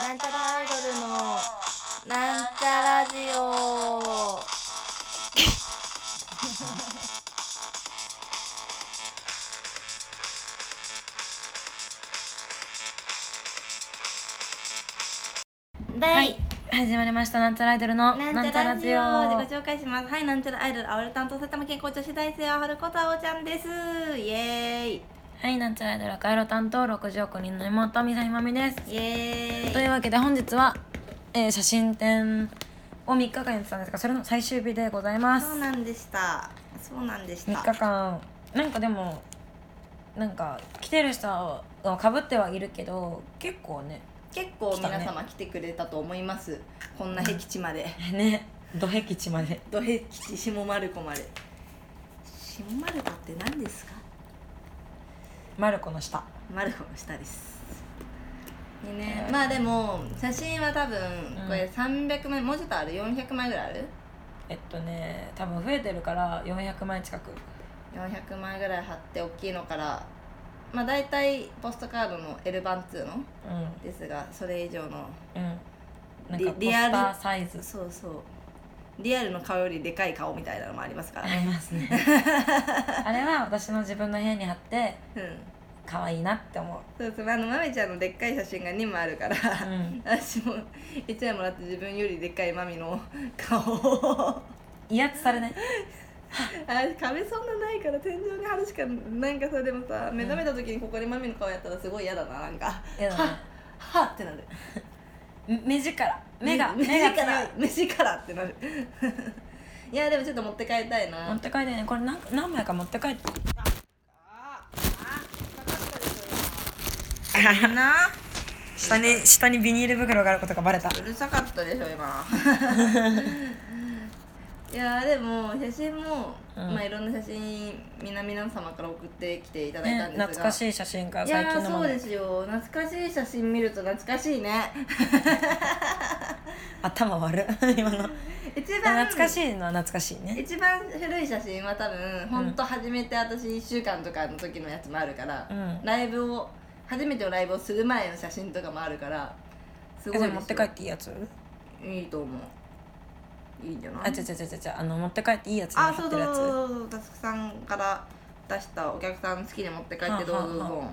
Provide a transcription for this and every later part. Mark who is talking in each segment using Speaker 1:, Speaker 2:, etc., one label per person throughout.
Speaker 1: なんちゃらアイドルのなんちゃラジオ
Speaker 2: は
Speaker 1: 第
Speaker 2: い、始まりましたなんちゃらアイドルの
Speaker 1: な
Speaker 2: なんん
Speaker 1: ち
Speaker 2: ち
Speaker 1: ゃ
Speaker 2: ゃ
Speaker 1: ラ
Speaker 2: ら
Speaker 1: ジ
Speaker 2: ジ
Speaker 1: オ
Speaker 2: オ
Speaker 1: 自己紹介しますはいなんちゃらアイドルあおる担当埼玉県校女子大生あはることあおちゃんですイエーイ
Speaker 2: はいなんちゃらアイドル回路担当60億人の妹みさひまみです
Speaker 1: イエ
Speaker 2: と
Speaker 1: ーイ
Speaker 2: いうわけで本日は、えー写真展を3日間やってたんですがそれの最終日でございます
Speaker 1: そうなんでしたそうなんでした
Speaker 2: 3日間なんかでもなんか来てる人はかぶってはいるけど結構ね
Speaker 1: 結構
Speaker 2: 来たね
Speaker 1: 皆様来てくれたと思います、こんな僻地まで
Speaker 2: ねどへき地まで
Speaker 1: ど僻地下丸子まで下丸子って何ですか
Speaker 2: マルコの下
Speaker 1: 丸子の下ですにね
Speaker 2: えー
Speaker 1: まあでも写真は多分これ300枚、もうちょっとある400枚ぐらいある
Speaker 2: えっとね多分増えてるから400枚近く
Speaker 1: 400枚ぐらい貼って大きいのからまあ大体ポストカードも L 版2の
Speaker 2: う
Speaker 1: ですがそれ以上の
Speaker 2: んうんなん
Speaker 1: リ
Speaker 2: かポ
Speaker 1: リ
Speaker 2: ス
Speaker 1: ア
Speaker 2: タ
Speaker 1: ル
Speaker 2: ーサイズ
Speaker 1: そうそうリアルの顔よりでかい顔みたいなのもありますから
Speaker 2: あ り
Speaker 1: ね
Speaker 2: ますねあれは私の自分の部屋に貼って
Speaker 1: うん
Speaker 2: 可愛いなって思
Speaker 1: そうそうあのまめちゃんのでっかい写真が2枚あるから、
Speaker 2: う、うん、
Speaker 1: 私も1枚もらって自分よりでっかいまみの顔を
Speaker 2: 威圧されない
Speaker 1: あ壁そんなないから天井に貼るしかなんかさでもさ目覚めた時にここにまみの顔やったらすごい嫌だななんか
Speaker 2: やだね
Speaker 1: はっってなる
Speaker 2: 目力目が
Speaker 1: 目
Speaker 2: 目が強い
Speaker 1: から目力ってなるいやでもちょっと持って帰りたいな
Speaker 2: 持って帰ってねこれ何何枚か持って帰って
Speaker 1: みんな
Speaker 2: 下に下にビニール袋があることがバレた
Speaker 1: うるさかったでしょ 今いやでも写真も、
Speaker 2: うん
Speaker 1: まあいろんな写真皆々様から送ってきていただいたんで
Speaker 2: ね
Speaker 1: すが、
Speaker 2: 懐かしい写真から
Speaker 1: い
Speaker 2: 最
Speaker 1: や
Speaker 2: 近
Speaker 1: ー
Speaker 2: のも
Speaker 1: そう
Speaker 2: の
Speaker 1: ですよ懐かしい写真見ると懐かしいね
Speaker 2: 頭悪い今の
Speaker 1: 一番
Speaker 2: 懐かしいのは懐かしいね
Speaker 1: 一番古い写真は多分ほんと初めて私1週間とかの時のやつもあるから、
Speaker 2: うん
Speaker 1: ライブを初めてのライブをする前の写真とかもあるからすご
Speaker 2: え
Speaker 1: いで
Speaker 2: それ
Speaker 1: すよ
Speaker 2: 持って帰っていいやつ
Speaker 1: いいと思ういいんじゃない
Speaker 2: あ違う違う違う違うあの持って帰っていいやつに
Speaker 1: あ
Speaker 2: 入
Speaker 1: そ
Speaker 2: っ
Speaker 1: う
Speaker 2: て
Speaker 1: そう
Speaker 2: るや
Speaker 1: そう
Speaker 2: つ
Speaker 1: そうタスクさんから出したお客さん好きで持って帰ってどうぞどう
Speaker 2: はあ
Speaker 1: ぞ
Speaker 2: は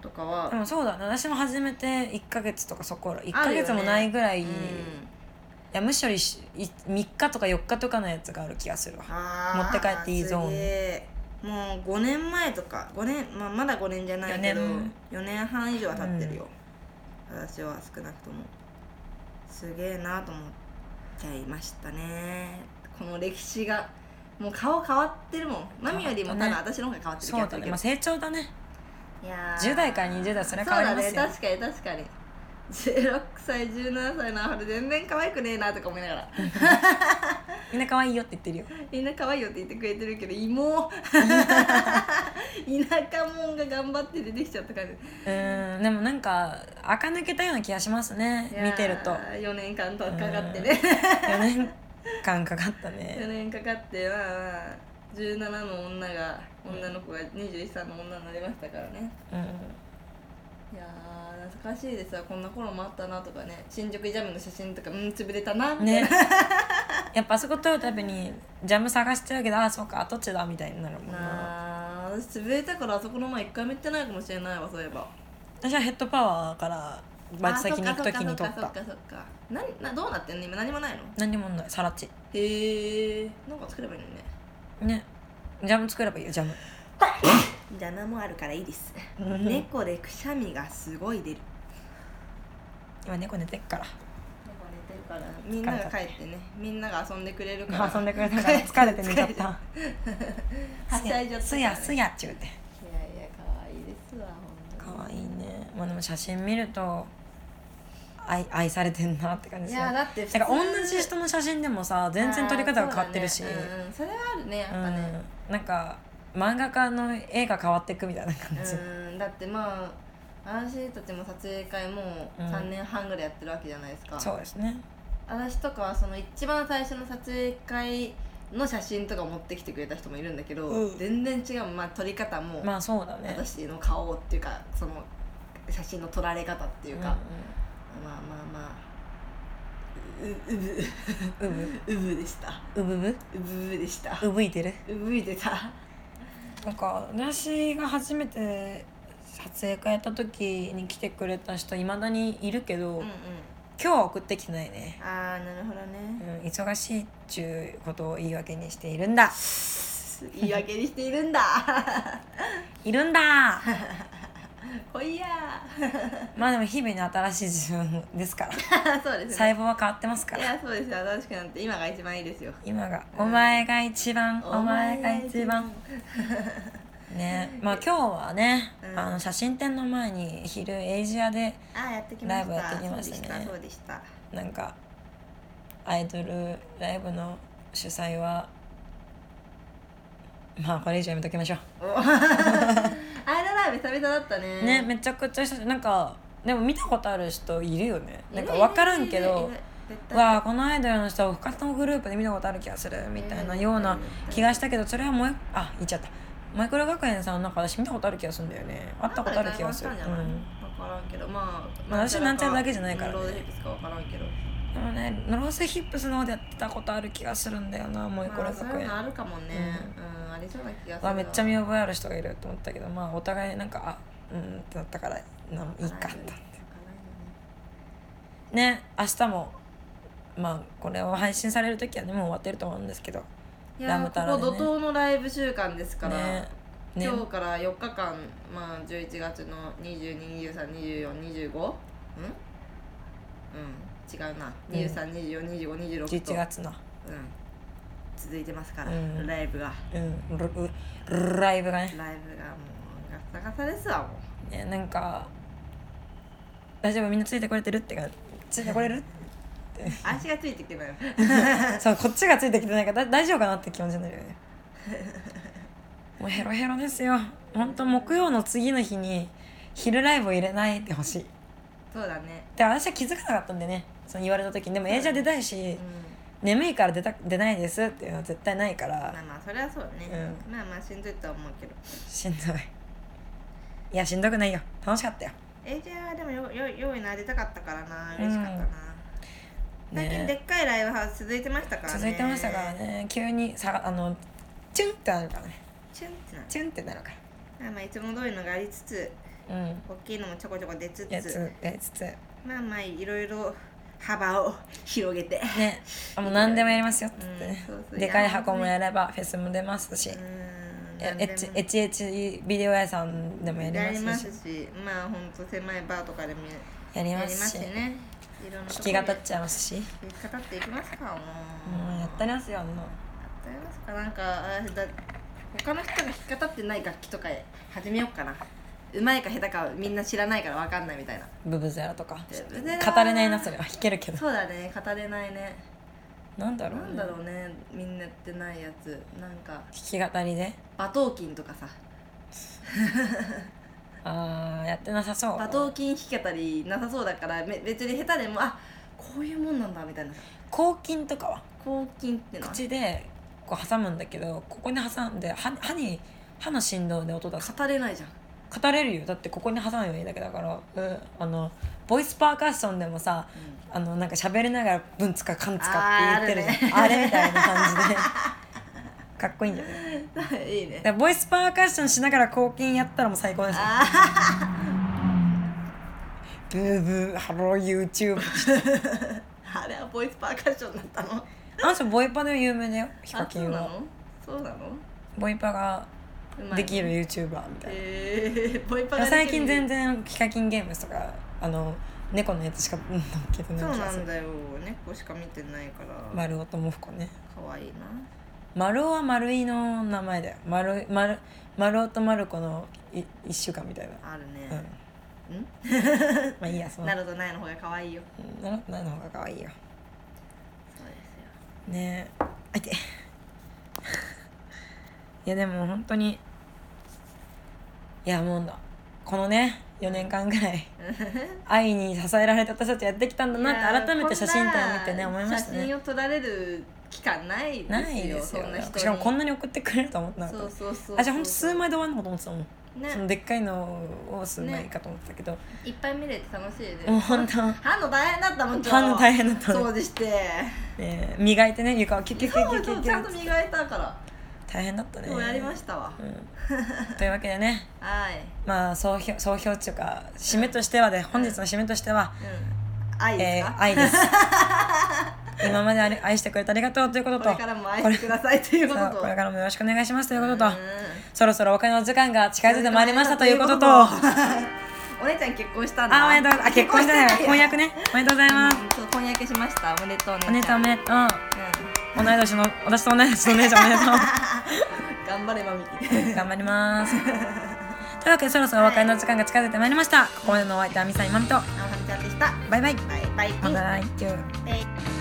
Speaker 1: とかは
Speaker 2: でもそうだね私も始めて1ヶ月とかそこら1
Speaker 1: あ
Speaker 2: ヶ
Speaker 1: るよね
Speaker 2: 月もないぐらい、
Speaker 1: うん
Speaker 2: いやむしろ3日とか4日とかのやつがある気がするわ
Speaker 1: あー
Speaker 2: 持って帰っていいゾーン
Speaker 1: すげえもう5年前とか5年、まあ、まだ5年じゃないけど
Speaker 2: 四
Speaker 1: 4,
Speaker 2: 年
Speaker 1: 年半以上は経ってるよ、私は少なくともすげえなと思っちゃいましたねこの歴史がもう顔変わってるもんマミよりも多分
Speaker 2: 変わった
Speaker 1: 私の方が変わってる気
Speaker 2: そう
Speaker 1: がす
Speaker 2: だ
Speaker 1: る
Speaker 2: ね、
Speaker 1: け
Speaker 2: ま
Speaker 1: ど
Speaker 2: あ、成長だね
Speaker 1: いやー
Speaker 2: 10代から20代それは変わりますよ
Speaker 1: そうだね確かに確かに16歳17歳のあれ全然可愛くねえなとか思いながら
Speaker 2: みんな可愛いよって言ってるよ
Speaker 1: みんな可愛いよって言ってくれてるけど 芋田舎もんが頑張って出てきちゃった感じ
Speaker 2: うーんでもなんか垢抜けたような気がしますね見てると
Speaker 1: 4年間とかかってね
Speaker 2: 4年間かかった
Speaker 1: 4
Speaker 2: ね
Speaker 1: 年かかってまあまあ17の女が女の子が21歳の女になりましたからね
Speaker 2: うん
Speaker 1: いやー懐かしいですわこんな頃もあったなとかね新宿ジャムの写真とかうん潰れたなみたい
Speaker 2: ね
Speaker 1: な、
Speaker 2: やっぱあそこ通るたびにジャム探してるけどああそうか跡地だみたいになるもんな
Speaker 1: なあ私潰れたからあそこの前一回も行ってないかもしれないわそういえば
Speaker 2: 私はヘッドパワーからバイト先に行く時に
Speaker 1: と
Speaker 2: 撮っ
Speaker 1: そったかそっかそっかななどうなってんの今何もないの
Speaker 2: 何もないさら地
Speaker 1: へえなんか作ればいいのにね
Speaker 2: ねジャム作ればいいよジャム
Speaker 1: 邪魔もあるからいいです
Speaker 2: うん
Speaker 1: 猫でくしゃみがすごい出る
Speaker 2: 今猫寝てっから
Speaker 1: 猫寝てるからみんなが帰ってねみんなが遊んでくれるから
Speaker 2: 遊んでくれ たから疲れて寝ちゃった
Speaker 1: はしゃいじゃった
Speaker 2: す
Speaker 1: から
Speaker 2: や
Speaker 1: ね
Speaker 2: すやっちゅうて
Speaker 1: いやいや可愛いですわ
Speaker 2: か
Speaker 1: ほん
Speaker 2: わいいねまあでも写真見ると愛愛されてんなって感じ
Speaker 1: い
Speaker 2: する
Speaker 1: やだって普通
Speaker 2: なんか同じ人の写真でもさ全然撮り方が変わってるし
Speaker 1: あーそうだねうんうんそれはあるねやっ
Speaker 2: う
Speaker 1: ぱね
Speaker 2: んなんか漫画家の絵が変わっていくみたいな感じ
Speaker 1: うんだってまあ私たちも撮影会もう
Speaker 2: うん
Speaker 1: 3年半ぐらいやってるわけじゃないですか、
Speaker 2: そうですね
Speaker 1: 私とかはその一番最初の撮影会の写真とか持ってきてくれた人もいるんだけど、
Speaker 2: うん
Speaker 1: 全然違う、まあ、撮り方も、
Speaker 2: まあそうだね
Speaker 1: 私の顔っていうかその写真の撮られ方っていうか、
Speaker 2: うん
Speaker 1: まあまあまあううぶ
Speaker 2: うぶ
Speaker 1: うぶでした
Speaker 2: うぶぶ
Speaker 1: うぶぶでした
Speaker 2: うぶいてる
Speaker 1: うぶいてた
Speaker 2: なんか私が初めて撮影会やった時に来てくれた人いまだにいるけど、
Speaker 1: うんうん
Speaker 2: 今日は送ってきてないね、
Speaker 1: ああなるほど
Speaker 2: う
Speaker 1: ね
Speaker 2: ん、忙しいっちゅうことを言い訳にしているんだ
Speaker 1: 言い訳にしているんだ
Speaker 2: いるんだ
Speaker 1: ほいや
Speaker 2: まあでも日々の新しい自分ですから
Speaker 1: ーそうです
Speaker 2: 細
Speaker 1: ね
Speaker 2: 胞は変わってますか
Speaker 1: い
Speaker 2: ら
Speaker 1: やそうですよ新しくなって今が一番いいですよ
Speaker 2: 今がお前が一番お前が一番ねまあ今日はね、
Speaker 1: うん
Speaker 2: あの写真展の前に昼エイジアで
Speaker 1: あーやってきま
Speaker 2: ラ
Speaker 1: した
Speaker 2: イブやってきましたね
Speaker 1: そうでしたそうでした
Speaker 2: なんかアイドルライブの主催はまあこれ以上やめときましょ
Speaker 1: おあ れライブ久々だった
Speaker 2: う、
Speaker 1: ね
Speaker 2: ねめちゃくちゃ久しなんかでも見たことある人いるよね
Speaker 1: い
Speaker 2: な
Speaker 1: る
Speaker 2: んか分からんけ
Speaker 1: いるい
Speaker 2: ど
Speaker 1: るいる絶対
Speaker 2: わあこのアイドルの人を他のグループで見たことある気がするみたいなような気がしたけどそれはもうあ言っちゃったマイクロ学園さんなんか私見たことある気がするんだよね会ったことある気がする、う
Speaker 1: なんかライブ
Speaker 2: ん、
Speaker 1: あったんじゃない分からんけどまあ
Speaker 2: まあ私なんちゃらだけじゃないからね
Speaker 1: ロードヒップスか分からんけど
Speaker 2: でもねノロスヒップスの方でやってたことある気がするんだよなマイク
Speaker 1: ま
Speaker 2: ロ
Speaker 1: あそう
Speaker 2: 学
Speaker 1: いう
Speaker 2: 園
Speaker 1: のあるかもねうんありそうな気がする
Speaker 2: わ
Speaker 1: わ
Speaker 2: めっちゃ見覚えある人がいると思ったけどまあお互いなんかあうんってなったからなんいいかってね明日もまあこれを配信される時はねもう終わってると思うんですけど
Speaker 1: い
Speaker 2: ラ
Speaker 1: や
Speaker 2: ム
Speaker 1: ー
Speaker 2: タラでね
Speaker 1: ここ怒涛のライブ週間ですから、
Speaker 2: ねね
Speaker 1: 今日から4日間、まあ、11月の22232425んうん違うな
Speaker 2: うん
Speaker 1: 23242526と、
Speaker 2: 11月の
Speaker 1: うん、続いてますから、
Speaker 2: うん
Speaker 1: ライブが
Speaker 2: うんルルライブがね
Speaker 1: ライブがもうガッサガサですわも う
Speaker 2: ねなんか大丈夫みんなついてこれてるってかついて これる
Speaker 1: 足がついてきてないよ
Speaker 2: そうこっちがついてきてないからだ大丈夫かなって気持ちになるよねもうヘロヘロですよほんと木曜の次の日に昼ライブを入れないでほしい
Speaker 1: そうだね
Speaker 2: で私は気づかなかったんでねその言われた時にでも映画出たいし、
Speaker 1: うん
Speaker 2: 眠いから出た出ないですっていうのは絶対ないか
Speaker 1: まあ
Speaker 2: ら
Speaker 1: まあそれはそうね、まあまあしんどいとは思うけど
Speaker 2: しんどいいやしんどくないよ楽しかったよ
Speaker 1: えじゃあでもよよよいな出たかったからな嬉しかったな、最近で
Speaker 2: ね
Speaker 1: っかいライブハウス続いてましたからね
Speaker 2: 続いてましたからね急にさあのチュンってなるからね
Speaker 1: チュンってな
Speaker 2: チュンってなるか
Speaker 1: まあまあいつも通りのがありつつ
Speaker 2: らうん
Speaker 1: 大きいのもちょこちょこ出つ
Speaker 2: や
Speaker 1: つ
Speaker 2: つやりつつ
Speaker 1: まあまあいろいろ幅を広げ て
Speaker 2: ねあもう何でもやりますよっつってね
Speaker 1: うんそうそう
Speaker 2: でかい箱もやればフェスも出ますし
Speaker 1: うーん
Speaker 2: え
Speaker 1: 何でも
Speaker 2: H- HH ビデオ屋さんでもや
Speaker 1: や
Speaker 2: り
Speaker 1: り
Speaker 2: ま
Speaker 1: ます
Speaker 2: し
Speaker 1: すしまあほんと狭いバーとかでもや
Speaker 2: やり
Speaker 1: り
Speaker 2: ま
Speaker 1: ますす
Speaker 2: し
Speaker 1: しねいろんな
Speaker 2: 弾き語っ
Speaker 1: ち
Speaker 2: ちゃいますしも
Speaker 1: 弾き語っていきますかも
Speaker 2: うやったりますよあんな
Speaker 1: やりますかなんかあだ他の人が弾き語ってない楽器とか始めようかなうまいか下手かみんな知らないからわかんないみたいな
Speaker 2: ブブゼラとか
Speaker 1: ブブゼラ
Speaker 2: 語れないなそれは弾けるけど
Speaker 1: そうだね語れないね
Speaker 2: なんだろう,、
Speaker 1: なんだろうねみんなやってないやつなんか
Speaker 2: 弾き語りで
Speaker 1: 馬頭琴とかさ
Speaker 2: あーやってなさそう
Speaker 1: 馬頭琴弾けたりなさそうだからめ別に下手でもあこういうもんなんだみたいな
Speaker 2: 抗菌とかは
Speaker 1: 抗菌ってのは
Speaker 2: 口でこう挟むんだけどここに挟んで歯歯に歯の振動で音出す
Speaker 1: 語れないじゃん
Speaker 2: 語れるよだってここに挟むようにだけだから、うん、あのボイスパーカッションでもさあのなんか喋りながら「文つかかんつか」って言ってるじゃんあ,、
Speaker 1: あーあるね
Speaker 2: れみたいな感 じでかっこいいんじゃ ないだ
Speaker 1: いいね
Speaker 2: からボイスパーカッションしながら抗菌やったらもう最 高ですよ
Speaker 1: あ
Speaker 2: ブーブーハロー YouTube
Speaker 1: ーあれはボイスパーカッションだったの
Speaker 2: あの人ボイパで有名だよヒカ
Speaker 1: あ
Speaker 2: キ
Speaker 1: そう
Speaker 2: ン
Speaker 1: な
Speaker 2: は
Speaker 1: のそうなの
Speaker 2: ボイパが
Speaker 1: うまい
Speaker 2: できる YouTuber みたいな
Speaker 1: えー、ボイパ
Speaker 2: で
Speaker 1: ができる
Speaker 2: も最近全然ヒカキンゲームズとかあの猫のやつしかうん載っけて
Speaker 1: そう
Speaker 2: ない気が
Speaker 1: な
Speaker 2: す
Speaker 1: ん
Speaker 2: る
Speaker 1: だよ猫しか見てないから
Speaker 2: 丸尾智彦ね
Speaker 1: 可愛いな
Speaker 2: 丸尾は丸井の名前だよ丸丸丸尾と丸子のい一週間みたいな
Speaker 1: ある
Speaker 2: うん
Speaker 1: ね、
Speaker 2: まあいいやその
Speaker 1: なるほどないの方が可愛いよ
Speaker 2: うんなるないの方が可愛いよ
Speaker 1: そうですよ
Speaker 2: ねえあいていやでも本当にいやもうなこのね4年間ぐらい愛に支えられて私たちやってきたんだ
Speaker 1: いや
Speaker 2: な
Speaker 1: ー
Speaker 2: って改めて写真展を見てね
Speaker 1: こんな
Speaker 2: 思いました
Speaker 1: 写真
Speaker 2: ね
Speaker 1: を撮られる期間ないですよ
Speaker 2: ないですよ
Speaker 1: そんな人に
Speaker 2: しかもこんなに送ってくれるとは思ってなかっ
Speaker 1: そう
Speaker 2: た
Speaker 1: そうそう
Speaker 2: 私ほんと数枚で終わるのかと思ってたもん
Speaker 1: ねね
Speaker 2: そのでっかいのをすんないかと思ってたけど、
Speaker 1: いっぱい見れて楽しいです
Speaker 2: もう本当
Speaker 1: ハンド大変だったもん
Speaker 2: パンの大変だった
Speaker 1: 掃
Speaker 2: の、
Speaker 1: 除して
Speaker 2: えー磨いてね床をキュキュキュキ
Speaker 1: そう
Speaker 2: ュキ
Speaker 1: そ
Speaker 2: ュ
Speaker 1: う
Speaker 2: キ
Speaker 1: ちゃん
Speaker 2: ュ
Speaker 1: と磨いたから
Speaker 2: 大変だったね
Speaker 1: でもやりましたわ
Speaker 2: うん、というわけでね
Speaker 1: はい
Speaker 2: まあ総評総評っていうか締めとしてはで本日の締めとしては、
Speaker 1: うん愛で
Speaker 2: え
Speaker 1: す
Speaker 2: ー
Speaker 1: か、
Speaker 2: 愛です 今まであれ愛してくれてありがとうということ
Speaker 1: ことれからも愛してくださいということ
Speaker 2: そう
Speaker 1: と
Speaker 2: これからもよろしくお願いしますということと、
Speaker 1: うん
Speaker 2: そろそろお金の時間が近づいてまいりましたということとあ
Speaker 1: お姉ちゃん結婚したんだ
Speaker 2: おめでとうあ結婚じゃないわ婚
Speaker 1: う
Speaker 2: 約ねおめでとうございます、
Speaker 1: んそう婚約しましたおめでとう
Speaker 2: お姉ちゃんおめでとう
Speaker 1: う
Speaker 2: 同い年の私と同い年のお姉ちゃんおめでとう
Speaker 1: ん頑張れマミ
Speaker 2: 頑張りますというわけでそろそろお別れの時間が近づいてまいりましたここまでのお相手はみさん今みと
Speaker 1: あはみちゃんでした
Speaker 2: バイバイ
Speaker 1: バイバイ
Speaker 2: バイバイ